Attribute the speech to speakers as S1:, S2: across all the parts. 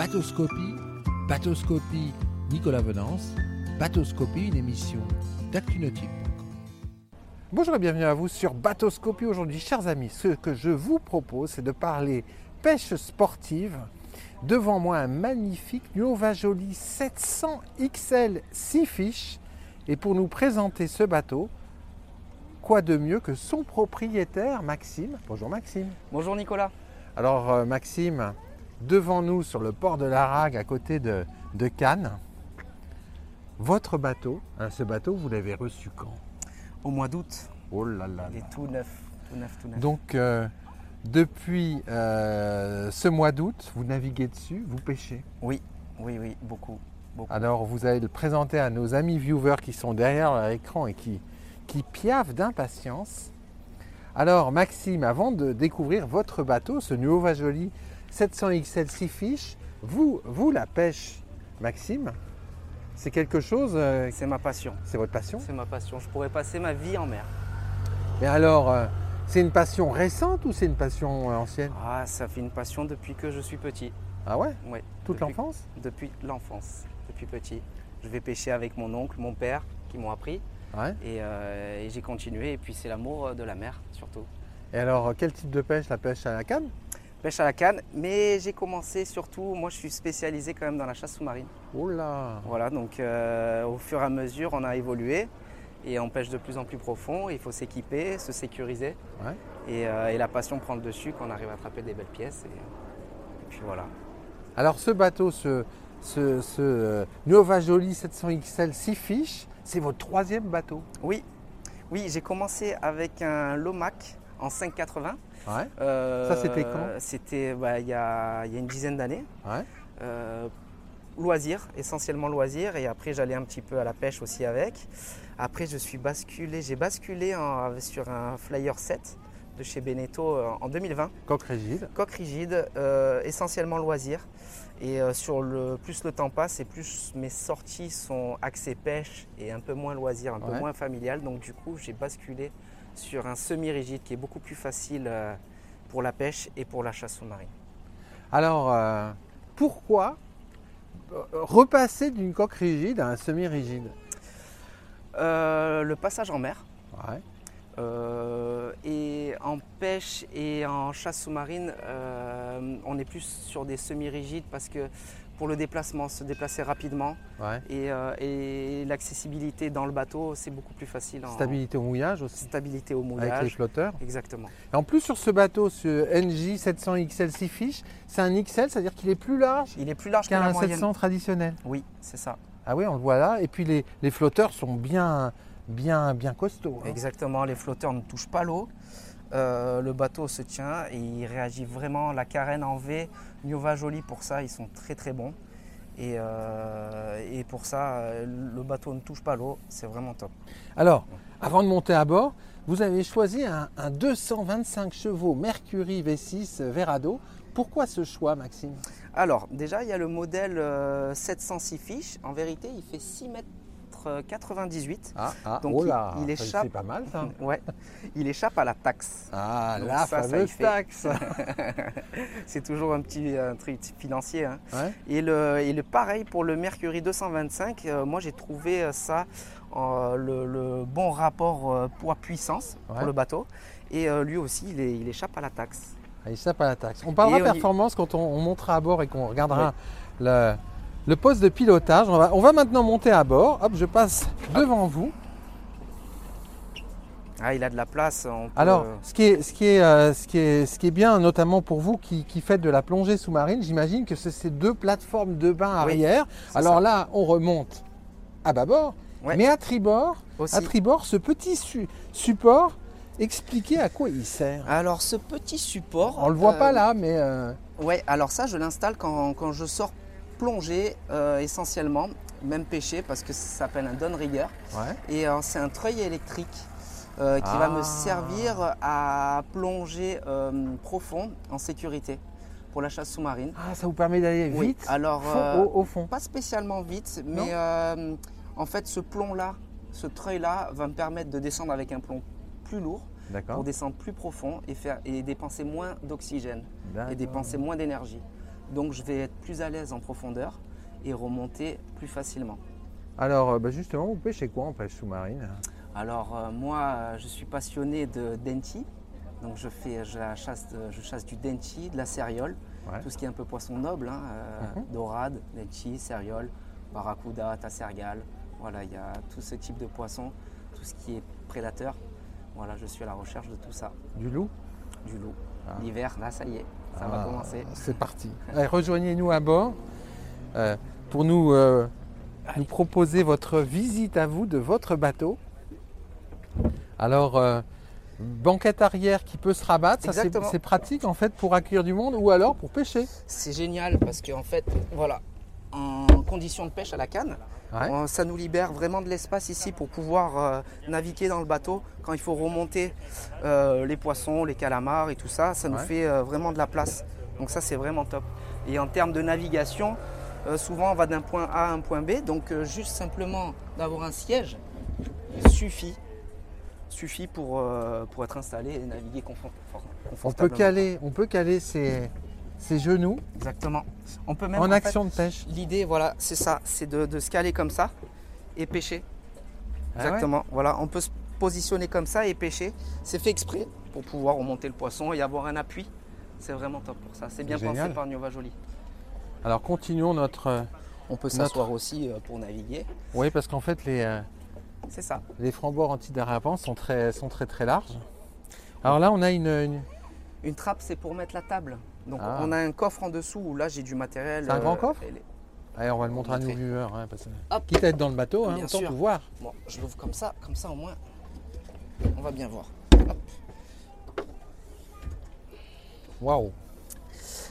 S1: Batoscopie, Batoscopie, Nicolas Venance, Batoscopie, une émission d'Actunotype.
S2: Bonjour et bienvenue à vous sur Batoscopie aujourd'hui. Chers amis, ce que je vous propose, c'est de parler pêche sportive. Devant moi, un magnifique Nuova Jolie 700 XL 6 fiches. Et pour nous présenter ce bateau, quoi de mieux que son propriétaire, Maxime. Bonjour Maxime.
S3: Bonjour Nicolas.
S2: Alors euh, Maxime, devant nous sur le port de l'Arague à côté de, de Cannes, votre bateau, hein, ce bateau vous l'avez reçu quand
S3: Au mois d'août,
S2: Oh là là là.
S3: il est tout neuf, tout neuf, tout neuf.
S2: Donc euh, depuis euh, ce mois d'août, vous naviguez dessus, vous pêchez.
S3: Oui, oui, oui, beaucoup. beaucoup.
S2: Alors vous allez le présenter à nos amis viewers qui sont derrière l'écran et qui, qui piavent d'impatience. Alors Maxime, avant de découvrir votre bateau, ce Nuova Joli 700XL 6 fiches, vous, vous la pêche, Maxime, c'est quelque chose, euh,
S3: C'est ma passion.
S2: c'est votre passion
S3: C'est ma passion. Je pourrais passer ma vie en mer.
S2: Mais alors, euh, c'est une passion récente ou c'est une passion euh, ancienne
S3: Ah, ça fait une passion depuis que je suis petit.
S2: Ah ouais
S3: Oui.
S2: Toute
S3: depuis-
S2: l'enfance
S3: Depuis l'enfance, depuis petit. Je vais pêcher avec mon oncle, mon père, qui m'ont appris.
S2: Ouais.
S3: Et, euh, et j'ai continué. Et puis c'est l'amour euh, de la mer, surtout.
S2: Et alors, euh, quel type de pêche La pêche à la canne
S3: Pêche à la canne, mais j'ai commencé surtout. Moi, je suis spécialisé quand même dans la chasse sous-marine.
S2: Oh là
S3: Voilà, donc euh, au fur et à mesure, on a évolué et on pêche de plus en plus profond. Il faut s'équiper, se sécuriser.
S2: Ouais.
S3: Et, euh, et la passion prend le dessus quand on arrive à attraper des belles pièces. Et, et puis voilà.
S2: Alors, ce bateau, ce, ce, ce, euh, Nuova Jolie 700XL 6 fiches, c'est votre troisième bateau.
S3: Oui, oui j'ai commencé avec un Lomac en 580.
S2: Ouais.
S3: Euh,
S2: Ça, c'était quand
S3: C'était bah, il y, a, il y a une dizaine d'années.
S2: Ouais.
S3: Euh, loisirs, essentiellement loisirs. Et après, j'allais un petit peu à la pêche aussi avec. Après, je suis basculé, j'ai basculé en- sur un Flyer 7 de chez Beneteau euh, en 2020.
S2: Coque rigide.
S3: Coque rigide, euh, essentiellement loisirs. Et euh, sur le plus le temps passe, et plus mes sorties sont axées pêche et un peu moins loisirs, un peu
S2: Ouais.
S3: moins familial. Donc du coup, j'ai basculé sur un semi-rigide qui est beaucoup plus facile euh, pour la pêche et pour la chasse sous-marine.
S2: Alors, euh, pourquoi euh, repasser d'une coque rigide à un semi-rigide
S3: Euh, le passage en mer.
S2: Ouais.
S3: Euh, et en pêche et en chasse sous-marine, euh, on est plus sur des semi-rigides parce que pour le déplacement, se déplacer rapidement
S2: ouais.
S3: et, euh, et l'accessibilité dans le bateau, c'est beaucoup plus facile. En
S2: Stabilité au mouillage aussi,
S3: Stabilité au
S2: avec les
S3: mouillage.
S2: flotteurs.
S3: Exactement.
S2: Et en plus, sur ce bateau, ce NJ 700XL 6 fiches, c'est un XL, c'est-à-dire qu'il est plus large
S3: Il est plus large que la
S2: qu'un
S3: moyenne.
S2: 700 traditionnel.
S3: Oui, c'est ça.
S2: Ah oui, on le voit là. Et puis les, les flotteurs sont bien, bien, bien costauds. hein.
S3: Exactement. Les flotteurs ne touchent pas l'eau. Euh, le bateau se tient et il réagit vraiment. La carène en V, Niova Jolie pour ça, ils sont très très bons. Et, euh, et pour ça, euh, le bateau ne touche pas l'eau, c'est vraiment top.
S2: Alors, avant de monter à bord, vous avez choisi un, un 225 chevaux Mercury V6 Verado. Pourquoi ce choix, Maxime
S3: Alors, déjà, il y a le modèle euh, 706 fiches. En vérité, il fait 6 mètres 98.
S2: Ah, ah,
S3: Donc, il- il
S2: ça,
S3: échappe.
S2: C'est pas mal, ça.
S3: Ouais, il échappe à la taxe.
S2: Ah,
S3: Donc
S2: la
S3: ça, ça y
S2: fameuse
S3: fait.
S2: taxe. Ah,
S3: C'est toujours un petit un truc financier. hein.
S2: Ouais.
S3: Et, le, et le pareil pour le Mercury 225, euh, moi j'ai trouvé euh, ça euh, le, le bon rapport euh, poids-puissance
S2: Ouais.
S3: pour le bateau. Et euh, lui aussi, il, est- il échappe à la taxe.
S2: Il échappe à la taxe. On parlera
S3: Et on y-
S2: performance quand on, on montera à bord et qu'on regardera le, le poste de pilotage. On va, on va maintenant monter à bord. Hop, je passe devant vous.
S3: Ah, il a de la place. on peut- euh,
S2: Alors, ce qui, est, ce, qui est, euh, ce, qui est, ce qui est bien, notamment pour vous qui, qui faites de la plongée sous-marine, j'imagine que c'est ces deux plateformes de bain
S3: Oui,
S2: arrière.
S3: c'est
S2: Alors
S3: ça.
S2: là, on remonte à bâbord,
S3: Ouais.
S2: mais à tribord,
S3: Aussi.
S2: à tribord, ce petit su- support, expliquez à quoi il sert.
S3: Alors ce petit support.
S2: On le voit
S3: euh,
S2: pas là, mais euh,
S3: Ouais, alors ça, je l'installe quand, quand je sors plonger euh, essentiellement, même pêcher, parce que ça s'appelle un don rigger.
S2: ouais.
S3: Et euh, c'est un treuil électrique euh, qui va
S2: Ah.
S3: me servir à plonger euh, profond en sécurité pour la chasse sous-marine.
S2: Ah, ça vous permet d'aller vite.
S3: Oui, alors,
S2: fond-
S3: euh,
S2: au, au fond.
S3: Pas spécialement vite,
S2: Non.
S3: mais euh, en fait ce plomb-là, ce treuil-là va me permettre de descendre avec un plomb plus lourd
S2: D'accord.
S3: pour descendre plus profond et, faire, et dépenser moins d'oxygène et dépenser moins d'énergie. Donc je vais être plus à l'aise en profondeur et remonter plus facilement.
S2: Alors, euh, bah, justement, vous pêchez quoi en pêche sous-marine
S3: Alors euh, moi, euh, je suis passionné de denti. Donc je fais, je la chasse, de- je chasse du denti, de la céréole,
S2: Ouais.
S3: tout ce qui est un peu poisson noble, hein, euh,
S2: Mhm.
S3: dorade, denti, céréole, barracuda, tassergale. Voilà, il y a tout ce type de poisson, tout ce qui est prédateur. Voilà, je suis à la recherche de tout ça,
S2: Du loup
S3: du loup.
S2: Ah.
S3: L'hiver, là, ça y est, ça va
S2: Ah,
S3: commencer.
S2: C'est parti. Allez, Rejoignez-nous à bord euh, pour nous, euh, nous proposer votre visite à vous de votre bateau. Alors, euh, banquette arrière qui peut se rabattre, ça, c'est
S3: Exactement.
S2: c'est pratique en fait pour accueillir du monde ou alors pour pêcher.
S3: C'est génial parce qu'en fait, voilà, en condition de pêche à la canne,
S2: Ouais.
S3: on- ça nous libère vraiment de l'espace ici pour pouvoir euh, naviguer dans le bateau quand il faut remonter euh, les poissons, les calamars et tout ça. Ça nous
S2: Ouais.
S3: fait euh, vraiment de la place. Donc ça, c'est vraiment top. Et en termes de navigation, euh, souvent on va d'un point A à un point B. Donc euh, juste simplement d'avoir un siège suffit suffit pour, euh, pour être installé et naviguer confort-
S2: On peut
S3: confortablement.
S2: caler, on peut caler ses, ses genoux
S3: Exactement. On peut même
S2: en
S3: fait,
S2: action de pêche.
S3: L'idée, voilà, c'est ça, c'est de, de se caler comme ça et pêcher.
S2: Ah ouais
S3: Exactement. Voilà, on peut se positionner comme ça et pêcher. C'est fait exprès pour pouvoir remonter le poisson et avoir un appui. C'est vraiment top pour ça. C'est bien
S2: génial.
S3: pensé par Niova Jolie.
S2: Alors continuons notre. euh,
S3: On peut
S2: Notre-
S3: s'asseoir aussi euh, pour naviguer.
S2: oui, parce qu'en fait les, euh,
S3: C'est ça.
S2: les francs-bords antidérapants sont très, sont très très larges. Alors là, on a une, une-
S3: Une trappe, c'est pour mettre la table. Donc
S2: Ah.
S3: on a un coffre en dessous où là j'ai du matériel. euh,
S2: C'est un grand coffre
S3: et les-
S2: Allez, on va le
S3: Pour
S2: montrer à nos
S3: montrer.
S2: viewers, hein, parce que-
S3: Hop.
S2: quitte à être dans le bateau, hein,
S3: Bien
S2: autant
S3: sûr.
S2: tout voir.
S3: Bon, je l'ouvre comme ça, comme ça au moins. On va bien voir.
S2: Waouh.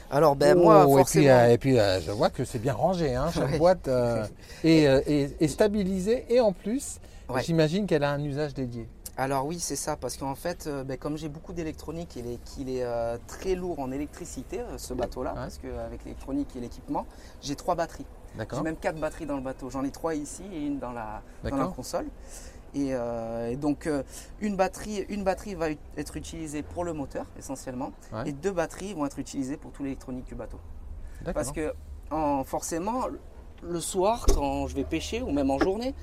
S3: Alors ben
S2: Oh,
S3: moi
S2: et puis,
S3: forcément.
S2: euh, et puis euh, je vois que c'est bien rangé, hein, chaque
S3: Ouais.
S2: boîte euh, est, euh, est- est stabilisée et en plus,
S3: Ouais.
S2: j'imagine qu'elle a un usage dédié.
S3: Alors oui, c'est ça, parce qu'en fait, euh, ben, comme j'ai beaucoup d'électronique et les- qu'il est euh, très lourd en électricité, euh, ce bateau-là,
S2: Ouais.
S3: parce qu'avec l'électronique et l'équipement, j'ai trois batteries. J'ai
S2: D'accord.
S3: même quatre batteries dans le bateau. J'en ai trois ici et une dans la, dans la
S2: D'accord.
S3: console. Et, euh, et donc, euh, une, batterie, une batterie va ut- être utilisée pour le moteur, essentiellement,
S2: Ouais.
S3: et deux batteries vont être utilisées pour tout l'électronique du bateau.
S2: D'accord.
S3: Parce que en- forcément, le soir, quand je vais pêcher ou même en journée,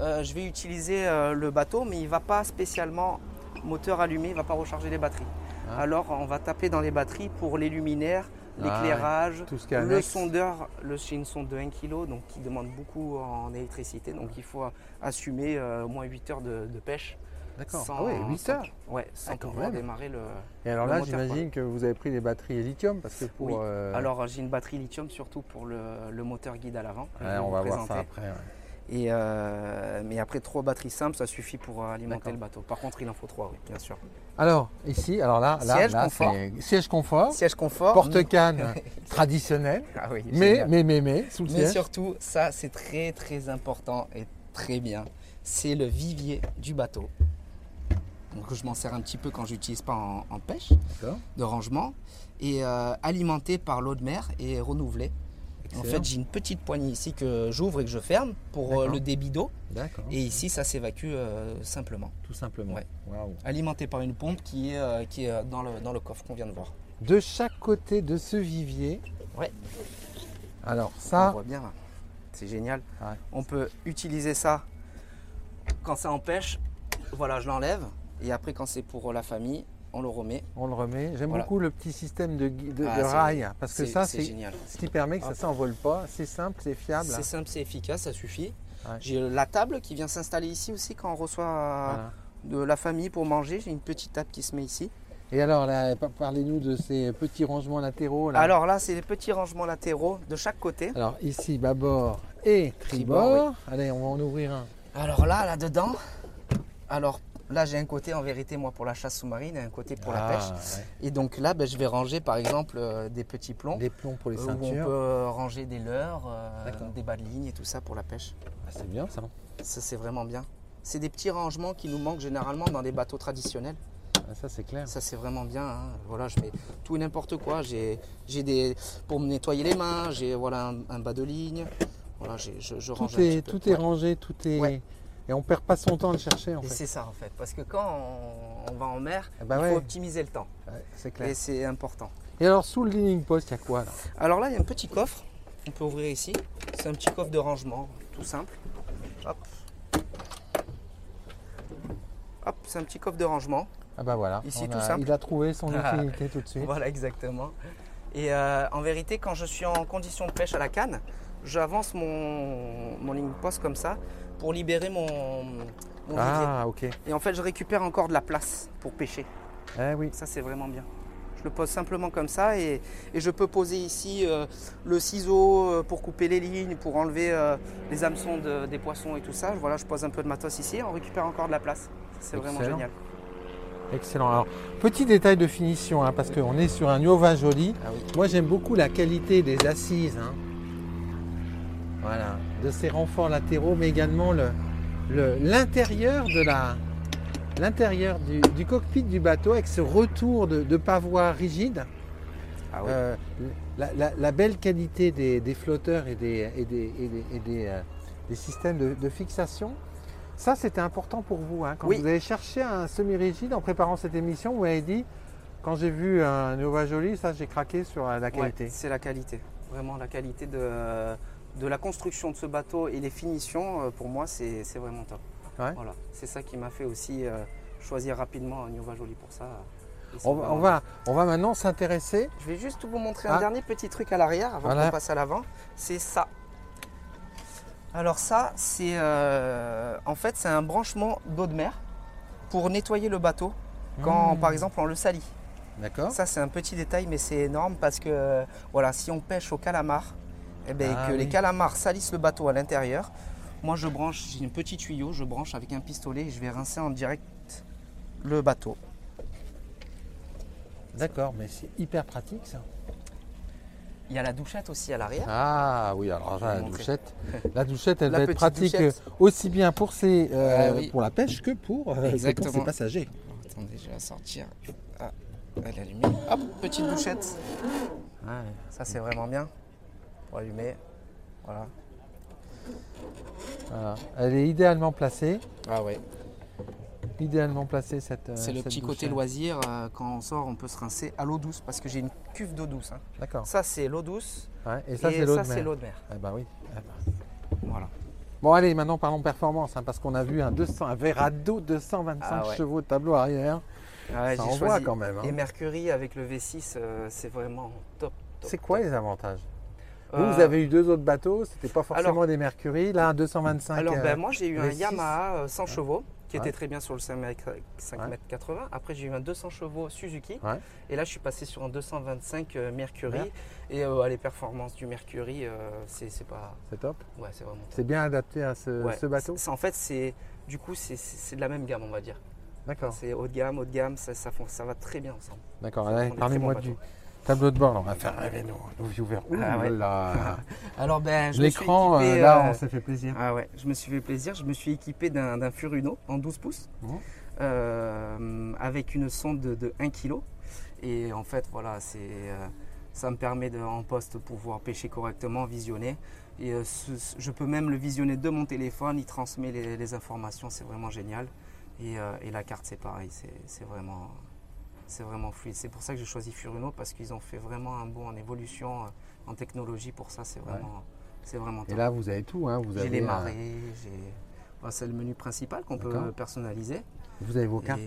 S3: euh, je vais utiliser euh, le bateau, mais il ne va pas spécialement moteur allumé, il ne va pas recharger les batteries.
S2: Ah.
S3: Alors on va taper dans les batteries pour les luminaires,
S2: Ah,
S3: l'éclairage,
S2: Tout ce qui est
S3: le
S2: annexe.
S3: sondeur. Le, c'est une sonde de 1 kg, donc qui demande beaucoup en électricité, donc il faut assumer euh, au moins 8 heures de, de pêche.
S2: D'accord.
S3: sans-
S2: Ah oui, 8
S3: sans-
S2: heures.
S3: Ouais, sans
S2: Ah, quand
S3: pouvoir
S2: même.
S3: démarrer le.
S2: Et alors
S3: le
S2: là,
S3: moteur, quoi.
S2: j'imagine que vous avez pris les batteries lithium parce que pour.
S3: Oui.
S2: euh,
S3: Alors j'ai une batterie lithium surtout pour le, le moteur guide à l'avant. que je
S2: ouais,
S3: vais
S2: on
S3: vous
S2: va voir
S3: présenter.
S2: ça après. ouais.
S3: Et euh, mais après, trois batteries simples, ça suffit pour euh, alimenter
S2: D'accord.
S3: le bateau. Par contre, il en faut trois, oui, bien sûr.
S2: Alors ici, alors là, là,
S3: Siège
S2: là,
S3: confort.
S2: c'est- siège confort,
S3: Siège confort.
S2: porte-canne traditionnel,
S3: Ah oui,
S2: mais,
S3: génial.
S2: mais mais mais sous le
S3: Mais
S2: siège.
S3: surtout, ça, c'est très très important et très bien. C'est le vivier du bateau. Donc, je m'en sers un petit peu quand j'utilise pas en, en pêche,
S2: D'accord.
S3: de rangement, et euh, alimenté par l'eau de mer et renouvelé. En
S2: Excellent.
S3: fait, j'ai une petite poignée ici que j'ouvre et que je ferme pour euh,
S2: D'accord.
S3: le débit d'eau.
S2: D'accord.
S3: Et ici, ça s'évacue euh, simplement.
S2: Tout simplement.
S3: Ouais.
S2: Waouh.
S3: alimenté par une pompe qui est, euh, qui est euh, dans, le, dans le coffre qu'on vient de voir.
S2: de chaque côté de ce vivier.
S3: Ouais.
S2: Alors
S3: On
S2: ça,
S3: voit bien là. C'est génial.
S2: Ah. Ouais.
S3: On peut utiliser ça quand ça empêche. Voilà, je l'enlève. Et après, quand c'est pour la famille, on le remet.
S2: on le remet. J'aime
S3: Voilà.
S2: beaucoup le petit système de, gui- de,
S3: Ah,
S2: de
S3: c'est-
S2: rail parce que
S3: C'est
S2: ça,
S3: c'est
S2: c'est
S3: génial.
S2: ce qui permet que ça
S3: Hop.
S2: s'envole pas. C'est simple, c'est fiable.
S3: C'est simple, c'est efficace, ça suffit.
S2: Ouais.
S3: J'ai la table qui vient s'installer ici aussi quand on reçoit euh,
S2: Voilà.
S3: de la famille pour manger. J'ai une petite table qui se met ici.
S2: Et alors, là, par- parlez-nous de ces petits rangements latéraux. Là.
S3: Alors là, c'est les petits rangements latéraux de chaque côté.
S2: Alors, ici, bâbord et tribord.
S3: Tribord,
S2: Allez, on va en ouvrir un.
S3: Alors là, là-dedans, alors là j'ai un côté en vérité moi pour la chasse sous-marine et un côté pour
S2: Ah,
S3: la pêche. Et donc là, ben, je vais ranger par exemple euh, des petits plombs
S2: Des plombs pour les
S3: euh, où on
S2: ceintures.
S3: peut euh, ranger des leurres, euh,
S2: D'accord.
S3: des bas de ligne et tout ça pour la pêche.
S2: Ah, c'est bien ça.
S3: Ça c'est vraiment bien. C'est des petits rangements qui nous manquent généralement dans les bateaux traditionnels.
S2: Ah, ça, c'est clair.
S3: Ça c'est vraiment bien. hein. Voilà, je mets tout et n'importe quoi. J'ai j'ai des pour me nettoyer les mains. J'ai voilà un, un bas de ligne. Voilà, j'ai- je, je range
S2: Tout
S3: un
S2: est,
S3: petit peu.
S2: tout est
S3: Ouais.
S2: rangé, tout est.
S3: Ouais.
S2: Et on perd pas son temps à le chercher en
S3: Et
S2: fait.
S3: c'est ça en fait, parce que quand on, on va en mer,
S2: Ah bah
S3: il
S2: ouais.
S3: faut optimiser le temps.
S2: Ouais, C'est clair.
S3: Et c'est important.
S2: Et alors, sous le leaning post, il y a quoi là
S3: Alors là, il y a un petit coffre. On peut ouvrir ici. C'est un petit coffre de rangement, tout simple. Hop. Hop, c'est un petit coffre de rangement.
S2: Ah bah voilà.
S3: Ici,
S2: on
S3: tout
S2: a-
S3: simple.
S2: Il a trouvé son
S3: Ah.
S2: utilité tout de suite.
S3: Voilà, exactement. Et euh, en vérité, quand je suis en condition de pêche à la canne, j'avance mon, mon ligne post comme ça pour libérer mon, mon vivier.
S2: Ah, ok.
S3: Et en fait, je récupère encore de la place pour pêcher.
S2: Eh oui.
S3: Ça, c'est vraiment bien. Je le pose simplement comme ça et, et je peux poser ici euh, le ciseau euh, pour couper les lignes, pour enlever euh, les hameçons de- des poissons et tout ça. Voilà, je pose un peu de matos ici et on récupère encore de la place. Ça, C'est vraiment
S2: Excellent.
S3: génial.
S2: Excellent. Alors, petit détail de finition, hein, parce qu'on est sur un Nova Joli.
S3: Ah oui.
S2: Moi, j'aime beaucoup la qualité des assises. hein. Voilà. De ces renforts latéraux, mais également le- le- l'intérieur de la. L'intérieur du, du cockpit du bateau avec ce retour de, de pavois rigide,
S3: Ah oui.
S2: Euh, la, la- la belle qualité des, des flotteurs et des, et des- et des- et des, euh, des systèmes de, de fixation. Ça, c'était important pour vous. hein. Quand
S3: Oui.
S2: vous avez cherché un semi-rigide en préparant cette émission, vous m'avez dit, quand j'ai vu un Nova Jolie, ça, j'ai craqué sur euh, la qualité.
S3: Ouais, c'est la qualité. Vraiment la qualité de, de la construction de ce bateau et les finitions, euh, pour moi, c'est c'est vraiment top.
S2: Ouais.
S3: Voilà. C'est ça qui m'a fait aussi euh, choisir rapidement un Nova Joli pour ça. Et c'est
S2: On, va-
S3: vraiment
S2: on va, on va maintenant s'intéresser.
S3: Je vais juste vous montrer
S2: Ah.
S3: un dernier petit truc à l'arrière avant
S2: Voilà.
S3: qu'on passe à l'avant. C'est ça. Alors ça, c'est euh, en fait c'est un branchement d'eau de mer pour nettoyer le bateau quand
S2: Mmh.
S3: par exemple on le salit.
S2: D'accord.
S3: Ça c'est un petit détail mais c'est énorme parce que voilà si on pêche au calamar eh ben, et
S2: Ah
S3: que les
S2: oui.
S3: calamars salissent le bateau à l'intérieur, moi je branche j'ai un petit tuyau, je branche avec un pistolet et je vais rincer en direct le bateau.
S2: D'accord, mais c'est hyper pratique ça.
S3: Il y a la douchette aussi à l'arrière.
S2: Ah oui, alors
S3: vais
S2: la
S3: vous montrer.
S2: douchette, la douchette, elle
S3: La
S2: va être
S3: petite
S2: pratique
S3: douchette.
S2: euh, aussi bien pour, ses, euh,
S3: Ah oui.
S2: pour la pêche que pour, euh, que pour ses
S3: Exactement.
S2: passagers.
S3: Attendez, je vais la sortir. Ah, elle est allumée. Hop, petite bouchette. Ça, c'est vraiment bien. On va allumer. Voilà.
S2: Voilà. Elle est idéalement placée.
S3: Ah ouais.
S2: Idéalement placée cette. euh,
S3: C'est le
S2: cette
S3: petit côté
S2: douchette.
S3: loisir. euh, quand on sort, on peut se rincer à l'eau douce parce que j'ai une cuve d'eau douce. hein.
S2: D'accord.
S3: Ça, c'est l'eau douce.
S2: Ouais, Et
S3: Et
S2: ça, c'est l'eau de mer.
S3: l'eau de mer.
S2: Ah bah oui. Ah bah.
S3: Voilà.
S2: Bon allez, maintenant parlons performance, hein, parce qu'on a vu un 200, un Verado 225
S3: Ah ouais.
S2: chevaux de tableau arrière. ça
S3: Ouais, j'ai
S2: envoie
S3: choisi.
S2: quand même. hein.
S3: Et Mercury avec le V6, euh, c'est vraiment top. top,
S2: C'est quoi
S3: top.
S2: les avantages Vous,
S3: Euh,
S2: vous avez eu deux autres bateaux, c'était pas forcément
S3: alors-
S2: des Mercury, là un 225.
S3: Alors,
S2: euh,
S3: ben, moi, j'ai eu un
S2: V6.
S3: Yamaha euh, 100 chevaux qui
S2: Ouais.
S3: était très bien sur le euh, 5 m 80. Après, j'ai eu un 200 chevaux Suzuki.
S2: Ouais.
S3: Et là, je suis passé sur un 225 euh, Mercury.
S2: Ouais.
S3: Et euh, les performances du Mercury, euh, c'est c'est pas.
S2: c'est top.
S3: Ouais, c'est vraiment.
S2: C'est bien adapté à ce,
S3: Ouais.
S2: Euh, ce bateau
S3: C'est- c'est- En fait, c'est. Du coup, c'est- c'est c'est de la même gamme, on va dire.
S2: D'accord.
S3: C'est haut de gamme, haut de gamme, ça, ça, fon- ça va très bien ensemble.
S2: D'accord.
S3: c'est
S2: Allez,
S3: vraiment des
S2: Parlez-moi
S3: très bons
S2: du tableau de bord. là, On va faire rêver nos, nos viewers. Ouh
S3: Ah ouais.
S2: là.
S3: Alors, ben, je me suis
S2: L'écran,
S3: équipé,
S2: euh, là,
S3: euh,
S2: on s'est fait plaisir.
S3: Ah ouais, je me suis fait plaisir. Je me suis équipé d'un d'un Furuno en 12 pouces
S2: Mhm.
S3: euh, avec une sonde de, de 1 kg. Et en fait, voilà, c'est euh, ça me permet de, en poste de pouvoir pêcher correctement, visionner. Et euh, ce- ce- je peux même le visionner de mon téléphone. Il transmet les, les informations, c'est vraiment génial. Et, euh, et la carte, c'est pareil, c'est c'est vraiment. C'est vraiment fluide. C'est pour ça que j'ai choisi Furuno parce qu'ils ont fait vraiment un bond en évolution, euh, en technologie. Pour ça, c'est vraiment, c'est vraiment
S2: Et
S3: top.
S2: là, vous avez tout. hein, Vous
S3: J'ai
S2: avez
S3: les
S2: euh,
S3: marées, j'ai. Bon, c'est le menu principal qu'on peut
S2: D'accord.
S3: personnaliser.
S2: euh, Vous avez vos
S3: Et-
S2: cartes.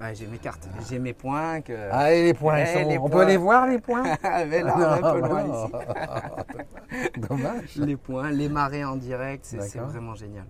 S2: Ah.
S3: Ouais, j'ai mes cartes, j'ai mes points. Que...
S2: Allez, les points, ils
S3: Eh,
S2: sont
S3: les
S2: bons. On
S3: points.
S2: peut les voir, les points
S3: Mais là, on est un peu
S2: Ah, Non,
S3: loin
S2: non.
S3: ici.
S2: Dommage.
S3: Les points, les marées en direct, c'est c'est
S2: D'accord.
S3: vraiment génial.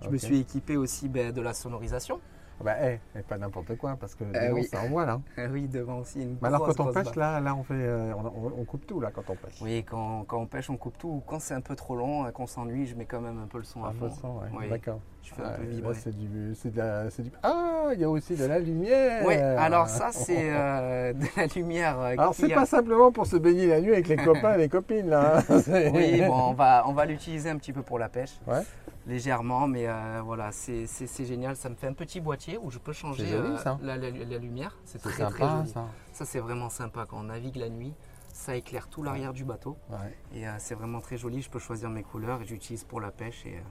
S3: Je
S2: Ok.
S3: me suis équipé aussi ben, de la sonorisation.
S2: Bah, eh, et pas n'importe quoi, parce que dis donc,
S3: Eh oui.
S2: ça envoie là.
S3: Ah oui, devant aussi une
S2: Mais alors,
S3: grosse,
S2: quand on
S3: grosse
S2: pêche, là,
S3: barre.
S2: là on, fait, euh, on, on- on coupe tout, là, quand on pêche.
S3: Oui, quand, quand on pêche, on coupe tout. Ou Quand c'est un peu trop long, euh, qu'on s'ennuie, je mets quand même un peu le son à
S2: Un peu
S3: fond.
S2: de Ah, sang, ouais.
S3: Oui.
S2: D'accord. Ah,
S3: Je fais un peu
S2: Ouais, là,
S3: vibrer.
S2: c'est du, c'est de la- c'est du- Ah, il y a aussi de la lumière.
S3: Oui, alors ça, c'est euh, de la lumière. euh,
S2: Alors,
S3: qui
S2: c'est
S3: a-
S2: pas simplement pour se baigner la nuit avec les copains et les copines, là. hein. C'est-
S3: Oui, bon, on va, on va l'utiliser un petit peu pour la pêche.
S2: Ouais.
S3: Légèrement, mais euh, voilà, c'est c'est- c'est génial. Ça me fait un petit boîtier où je peux changer
S2: C'est joli,
S3: euh,
S2: ça.
S3: la, la- la lumière. C'est
S2: C'est
S3: très
S2: sympa,
S3: très joli. Ça,
S2: ça.
S3: c'est vraiment sympa quand on navigue la nuit. Ça éclaire tout l'arrière du bateau
S2: Ouais.
S3: et euh, c'est vraiment très joli. Je peux choisir mes couleurs et j'utilise pour la pêche et, euh,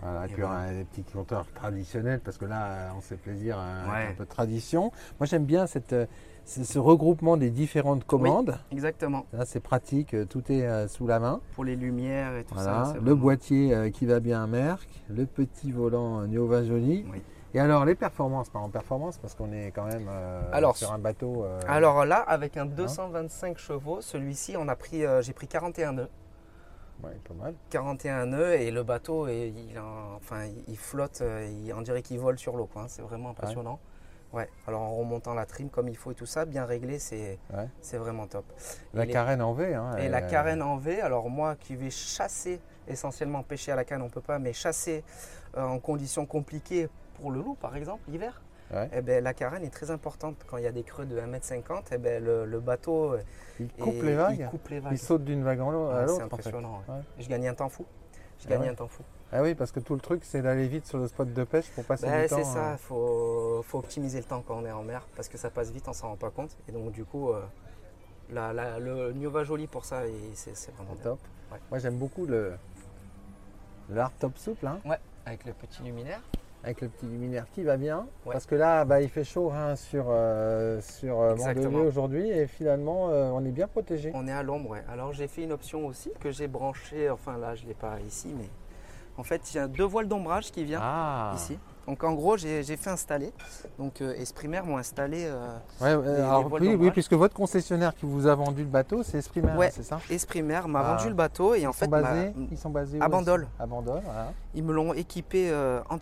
S2: Voilà, et
S3: Et
S2: puis
S3: voilà.
S2: on a des petites compteurs traditionnels parce que là, euh, on fait plaisir à
S3: Ouais.
S2: un peu de tradition. Moi, j'aime bien cette, euh, ce ce regroupement des différentes commandes.
S3: Exactement,
S2: Là, c'est pratique, euh, tout est euh, sous la main.
S3: pour les lumières et tout
S2: Voilà,
S3: ça. c'est
S2: le
S3: vraiment-
S2: boîtier euh, qui va bien à Merck, le petit volant euh, Nova Joli.
S3: Oui.
S2: Et alors, les performances, pas en performance, parce qu'on est quand même euh,
S3: Alors,
S2: sur un bateau. euh,
S3: Alors là, avec
S2: Hein.
S3: un 225 chevaux, celui-ci, on a pris, euh, j'ai pris 41 nœuds.
S2: ouais, pas mal.
S3: 41 nœuds et le bateau, et il, en- enfin, il flotte, euh, il- on dirait qu'il vole sur l'eau. quoi, hein, C'est vraiment impressionnant. Ouais. Alors en remontant la trim comme il faut et tout ça, bien réglé, c'est
S2: Ouais.
S3: c'est vraiment top.
S2: La
S3: Il est-
S2: carène en V. hein,
S3: Et
S2: elle,
S3: la
S2: euh,
S3: carène en V, alors moi qui vais chasser, essentiellement pêcher à la canne, on peut pas, mais chasser euh, en conditions compliquées pour le loup par exemple, l'hiver,
S2: Ouais.
S3: eh ben, la carène est très importante. Quand il y a des creux de 1m50, eh ben, le, le bateau euh,
S2: Il coupe
S3: est-
S2: les
S3: il
S2: vagues,
S3: coupe les
S2: il,
S3: vagues.
S2: saute d'une vague en l'eau-
S3: Ah,
S2: à l'autre.
S3: c'est
S2: en fait.
S3: impressionnant. ouais.
S2: Ouais.
S3: Je gagnais un temps fou. Je
S2: Ah
S3: gagnais
S2: ouais.
S3: un temps fou.
S2: Ah oui, parce que tout le truc, c'est d'aller vite sur le spot de pêche pour passer
S3: Ben,
S2: du temps.
S3: c'est
S2: euh,
S3: ça, il faut, faut optimiser le temps quand on est en mer parce que ça passe vite, on s'en rend pas compte. Et donc du coup, euh, la- la- le Niova Joli pour ça, et c'est c'est vraiment
S2: au
S3: bien.
S2: top.
S3: Ouais.
S2: Moi, j'aime beaucoup le l'art top souple, hein,
S3: Ouais, avec le petit luminaire.
S2: avec le petit luminaire qui va bien.
S3: Ouais.
S2: Parce que là, bah, il fait chaud hein, sur, euh, sur euh,
S3: Exactement.
S2: Mandelieu aujourd'hui et finalement, euh, on est bien protégé.
S3: On est à l'ombre, ouais. Alors j'ai fait une option aussi que j'ai branchée, enfin là je ne l'ai pas ici, mais en fait il y a deux voiles d'ombrage qui viennent
S2: Ah
S3: ici. Donc en gros j'ai j'ai fait installer, donc euh, Esprimer m'ont installé euh,
S2: Ouais, euh,
S3: les
S2: alors,
S3: voiles
S2: oui, oui,
S3: d'ombrage.
S2: puisque votre concessionnaire qui vous a vendu le bateau, c'est Esprimer,
S3: Ouais.
S2: c'est ça
S3: Esprimer m'a
S2: Ah.
S3: vendu le bateau et en
S2: ils
S3: fait
S2: sont basés,
S3: m'a-
S2: ils sont basés où,
S3: à Bandol.
S2: ici À Bandol, voilà.
S3: ils me l'ont équipé euh, entièrement.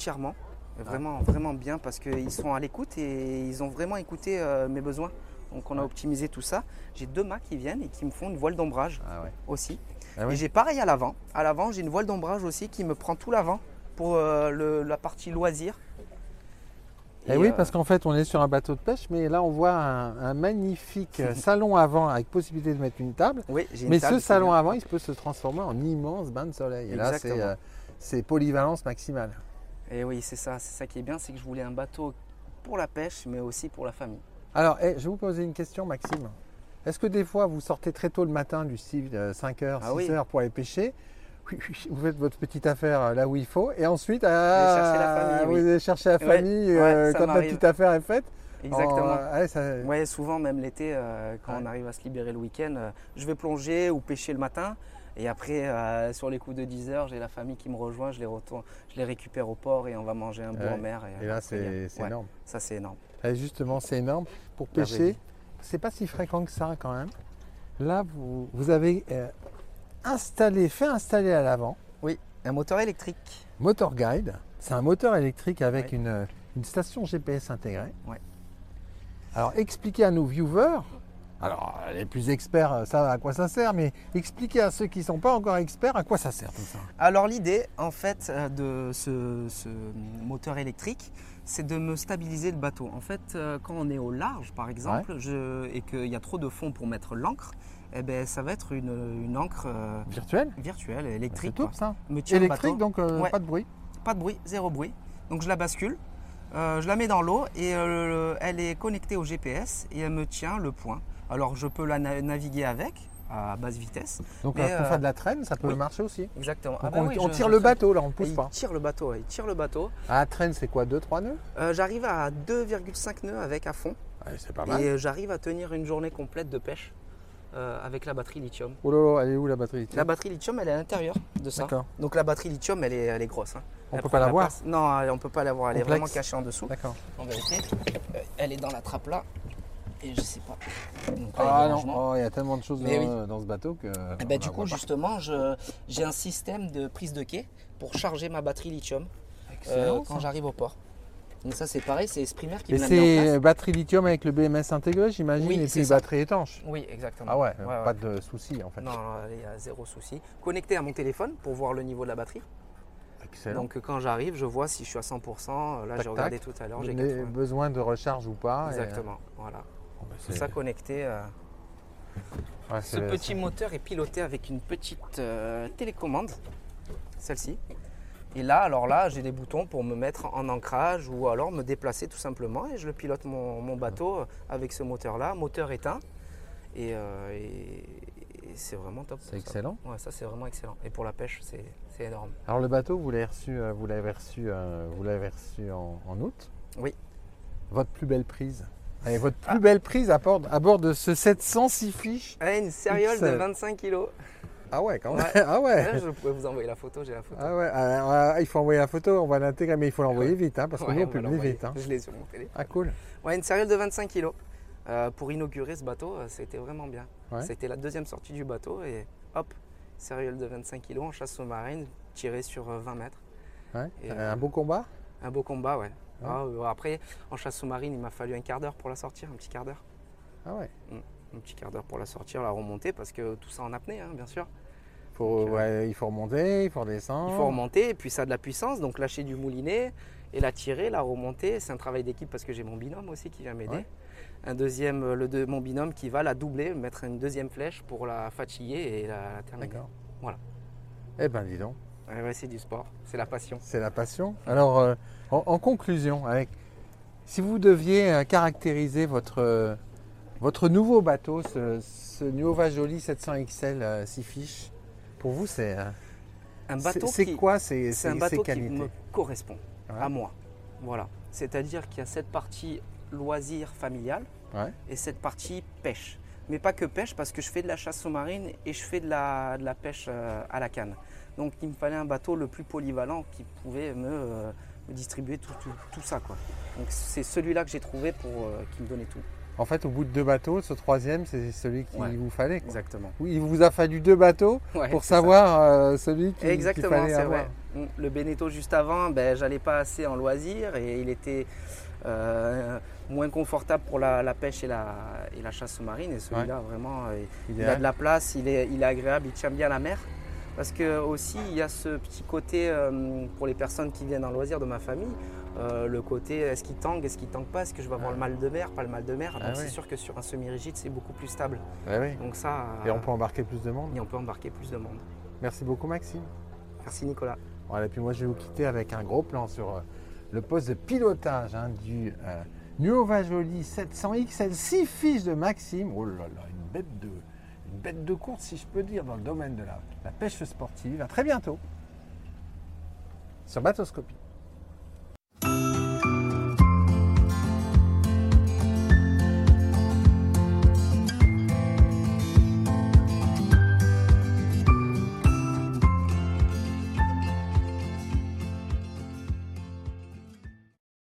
S3: Et
S2: Ah.
S3: Vraiment, vraiment bien parce qu'ils sont à l'écoute et ils ont vraiment écouté euh, mes besoins. Donc on a
S2: Ouais.
S3: optimisé tout ça. J'ai deux mâts qui viennent et qui me font une voile d'ombrage
S2: Ah ouais.
S3: aussi.
S2: Ah oui.
S3: Et j'ai pareil à l'avant. À l'avant, j'ai une voile d'ombrage aussi qui me prend tout l'avant pour euh, le- la partie loisir.
S2: Et, Eh
S3: euh,
S2: oui, parce qu'en fait, on est sur un bateau de pêche, mais là, on voit un, un magnifique euh, salon avant avec possibilité de mettre une table.
S3: oui, j'ai une
S2: Mais
S3: table,
S2: ce
S3: c'est
S2: salon
S3: bien.
S2: avant, il peut se transformer en immense bain de soleil. Et là, c'est
S3: Exactement.
S2: euh, c'est polyvalence maximale.
S3: Et Eh oui, c'est ça, c'est ça qui est bien, c'est que je voulais un bateau pour la pêche, mais aussi pour la famille.
S2: Alors, eh, je vais vous poser une question, Maxime. Est-ce que des fois, vous sortez très tôt le matin, du euh, style 5h,
S3: Ah oui.
S2: 6h pour aller pêcher vous faites votre petite affaire euh, là où il faut et ensuite ah,
S3: chercher la famille, oui.
S2: vous allez chercher la
S3: Ouais,
S2: famille euh,
S3: ouais, ça
S2: quand la
S3: m'arrive.
S2: petite affaire est faite.
S3: Exactement.
S2: En, euh, ouais, ça-
S3: Ouais, souvent même l'été, euh, quand
S2: Ouais.
S3: on arrive à se libérer le week-end, euh, je vais plonger ou pêcher le matin. Et après, euh, sur les coups de 10 heures, j'ai la famille qui me rejoint, je les, retourne, je les récupère au port et on va manger un bout
S2: Ouais.
S3: en mer.
S2: Et là,
S3: après,
S2: c'est c'est
S3: ouais,
S2: énorme.
S3: Ça, c'est énorme.
S2: Et Bah, justement, c'est énorme. Pour
S3: La vraie
S2: pêcher,
S3: vie.
S2: c'est pas si fréquent que ça quand même. Là, vous, vous avez euh, installé, fait installer à l'avant
S3: Un moteur électrique.
S2: Motor Guide. C'est un moteur électrique avec
S3: Ouais.
S2: une, euh, une station GPS intégrée.
S3: Ouais.
S2: Alors, expliquez à nos viewers. Alors, les plus experts euh, savent à quoi ça sert, mais expliquez à ceux qui ne sont pas encore experts à quoi ça sert tout ça.
S3: Alors l'idée, en fait, euh, de ce, ce moteur électrique, c'est de me stabiliser le bateau. En fait, euh, quand on est au large, par exemple, je- et qu'il y a trop de fond pour mettre l'ancre, eh ben, ça va être une, une ancre euh,
S2: Virtuel
S3: virtuelle,
S2: C'est
S3: électrique.
S2: top
S3: quoi.
S2: ça.
S3: Me tient le bateau.
S2: Électrique, donc euh,
S3: Ouais.
S2: pas de bruit.
S3: pas de bruit, zéro bruit. Donc je la bascule, euh, je la mets dans l'eau et euh, elle est connectée au GPS et elle me tient le point. Alors je peux la na- naviguer avec à basse vitesse.
S2: Donc,
S3: Mais,
S2: euh, pour
S3: euh,
S2: faire de la traîne, ça peut
S3: oui. Ah
S2: marcher aussi.
S3: Exactement. bah
S2: Donc, on, on tire le bateau, là, on ne pousse
S3: il
S2: pas.
S3: tire le bateau, ouais, il tire le bateau.
S2: Ah, traîne, c'est quoi 2-3 nœuds
S3: Euh, j'arrive à 2,5 nœuds avec à fond
S2: C'est pas
S3: et euh, j'arrive à tenir une journée complète de pêche euh, avec la batterie lithium.
S2: Oh là là, elle est où la batterie
S3: La hein. batterie lithium, elle est à l'intérieur de ça.
S2: D'accord.
S3: Donc la batterie lithium, elle est, elle est grosse. hein.
S2: On
S3: Elle
S2: peut
S3: prend
S2: pas la
S3: la
S2: voir.
S3: place. Non, elle- on peut pas la voir. Elle est
S2: Complexe.
S3: vraiment cachée en dessous.
S2: D'accord.
S3: En vérité, euh, elle est dans la trappe là, et je sais pas. Donc là, il y a
S2: Ah non, Ah,
S3: le
S2: bah,
S3: rangement.
S2: oh, il y a tellement de choses
S3: Mais
S2: dans, dans ce bateau que.
S3: Eh ben, du coup, justement, je- j'ai un système de prise de quai pour charger ma batterie lithium euh, quand j'arrive au port. Donc ça, c'est pareil, c'est Esprimer qui
S2: Et
S3: me l'a mis en place.
S2: c'est batterie lithium avec le BMS intégré, j'imagine,
S3: Oui,
S2: et
S3: c'est
S2: puis
S3: ça.
S2: batterie étanche.
S3: Oui, exactement.
S2: Ah ouais,
S3: Ouais,
S2: pas
S3: ouais.
S2: de souci en fait.
S3: Non, non, il y a zéro souci. Connecté à mon téléphone pour voir le niveau de la batterie.
S2: Excellent.
S3: Donc euh, quand j'arrive, je vois si je suis à 100%. Là,
S2: Tac,
S3: j'ai regardé
S2: tac.
S3: tout à l'heure,
S2: Vous
S3: j'ai
S2: n'avez
S3: 80.
S2: besoin de recharge ou pas. et-
S3: Exactement, voilà.
S2: Oh, bah,
S3: Tout
S2: c'est-
S3: ça connecté. euh,
S2: ouais,
S3: Ce
S2: c'est-
S3: petit
S2: c'est-
S3: moteur est piloté avec une petite euh, télécommande, celle-ci. Et là, alors là, j'ai des boutons pour me mettre en ancrage ou alors me déplacer tout simplement. Et je le pilote mon, mon bateau avec ce moteur-là, moteur éteint. Et, euh, et- et c'est c'est vraiment top.
S2: C'est
S3: pour ça.
S2: excellent.
S3: Ouais, ça c'est vraiment excellent. Et pour la pêche, c'est c'est énorme.
S2: Alors le bateau, vous l'avez reçu, euh, vous l'avez reçu, euh, vous l'avez reçu en, en août.
S3: Oui.
S2: Votre plus belle prise. Allez, votre plus belle prise à bord, à bord de ce 706 fiches.
S3: Ah, une sériole de
S2: Excellent.
S3: 25 kilos.
S2: Ah ouais, quand
S3: même.
S2: ah ouais.
S3: Là, je pourrais vous envoyer la photo, j'ai la photo.
S2: Ah ouais, alors, euh, il faut envoyer la photo, on va l'intégrer, mais il faut l'envoyer vite, hein, parce que
S3: Ouais,
S2: nous on
S3: on va
S2: publie
S3: l'envoyer.
S2: vite. hein.
S3: Je l'ai sur mon téléphone.
S2: Ah cool.
S3: Ouais, une sériole de 25 kilos. Euh, pour inaugurer ce bateau, euh, c'était vraiment bien.
S2: Ouais.
S3: C'était la deuxième sortie du bateau et hop, sériole de 25 kilos en chasse sous-marine, tirée sur euh, 20 mètres.
S2: Ouais.
S3: Et,
S2: Euh,
S3: euh,
S2: un beau combat.
S3: Un beau combat, ouais. Ah, euh, après, en chasse sous-marine, il m'a fallu un quart d'heure pour la sortir, un petit quart d'heure.
S2: Ah ouais.
S3: Un petit quart d'heure pour la sortir, la remonter, parce que tout ça en apnée, hein, bien sûr.
S2: Faut,
S3: Donc, euh,
S2: ouais, il faut remonter, il faut redescendre.
S3: Il faut remonter, et puis ça a de la puissance, donc lâcher du moulinet et la tirer, la remonter. C'est un travail d'équipe parce que j'ai mon binôme aussi qui vient m'aider.
S2: Ouais.
S3: Un deuxième, euh, le deux, mon binôme qui va la doubler, mettre une deuxième flèche pour la fatiguer et la, la terminer.
S2: D'accord.
S3: Voilà.
S2: Eh ben dis donc,
S3: Ouais, ouais, c'est du sport, c'est la passion.
S2: c'est la passion. Alors euh, en, en conclusion, avec, si vous deviez euh, caractériser votre, euh, votre nouveau bateau, ce, ce Nuova Jolie 700 XL 6 euh, fiches, pour vous c'est euh,
S3: Un
S2: c'est
S3: bateau
S2: c'est
S3: qui,
S2: quoi ces,
S3: c'est un
S2: ces-
S3: bateau
S2: ces
S3: qui
S2: qualités
S3: me correspond
S2: Ouais.
S3: à moi. Voilà. C'est-à-dire qu'il y a cette partie loisir familial
S2: Ouais.
S3: et cette partie pêche. Mais pas que pêche, parce que je fais de la chasse sous-marine et je fais de la, de la pêche euh, à la canne. Donc il me fallait un bateau le plus polyvalent qui pouvait me, euh, me distribuer tout, tout, tout ça. Quoi. Donc c'est celui-là que j'ai trouvé pour euh, qui me donnait tout.
S2: En fait, au bout de deux bateaux, ce troisième, c'est celui qu'il
S3: Ouais.
S2: vous fallait. quoi.
S3: Exactement.
S2: Oui, Il vous a fallu deux bateaux pour savoir euh, celui qui, qu'il
S3: Exactement,
S2: fallait
S3: c'est
S2: avoir.
S3: vrai. Mm. Le Beneteau juste avant, ben, j'allais pas assez en loisir et il était euh, moins confortable pour la, la pêche et la, et la chasse sous-marine. Et celui-là, vraiment, euh, il a
S2: Idéal.
S3: de la place, il est, il est agréable, il tient bien la mer. Parce que aussi, il y a ce petit côté, euh, pour les personnes qui viennent en loisir de ma famille, euh, le côté est-ce qu'il tangue, est-ce qu'il tangue pas, est-ce que je vais avoir
S2: Ah.
S3: le mal de mer, pas le mal de mer. Donc
S2: Ah
S3: c'est
S2: oui.
S3: sûr que sur un semi-rigide, c'est beaucoup plus stable.
S2: Ouais, ouais.
S3: Donc ça,
S2: Et on
S3: euh,
S2: peut embarquer plus de monde.
S3: et on peut embarquer plus de monde.
S2: Merci beaucoup, Maxime.
S3: Merci Nicolas.
S2: Voilà, puis moi, je vais vous quitter avec un gros plan sur euh, le poste de pilotage hein, du euh, Nuova Jolie 700X, 6 fiches de Maxime. Oh là là, une bête de, une bête de course, si je peux dire, dans le domaine de la, la pêche sportive. À très bientôt sur Batoscopie.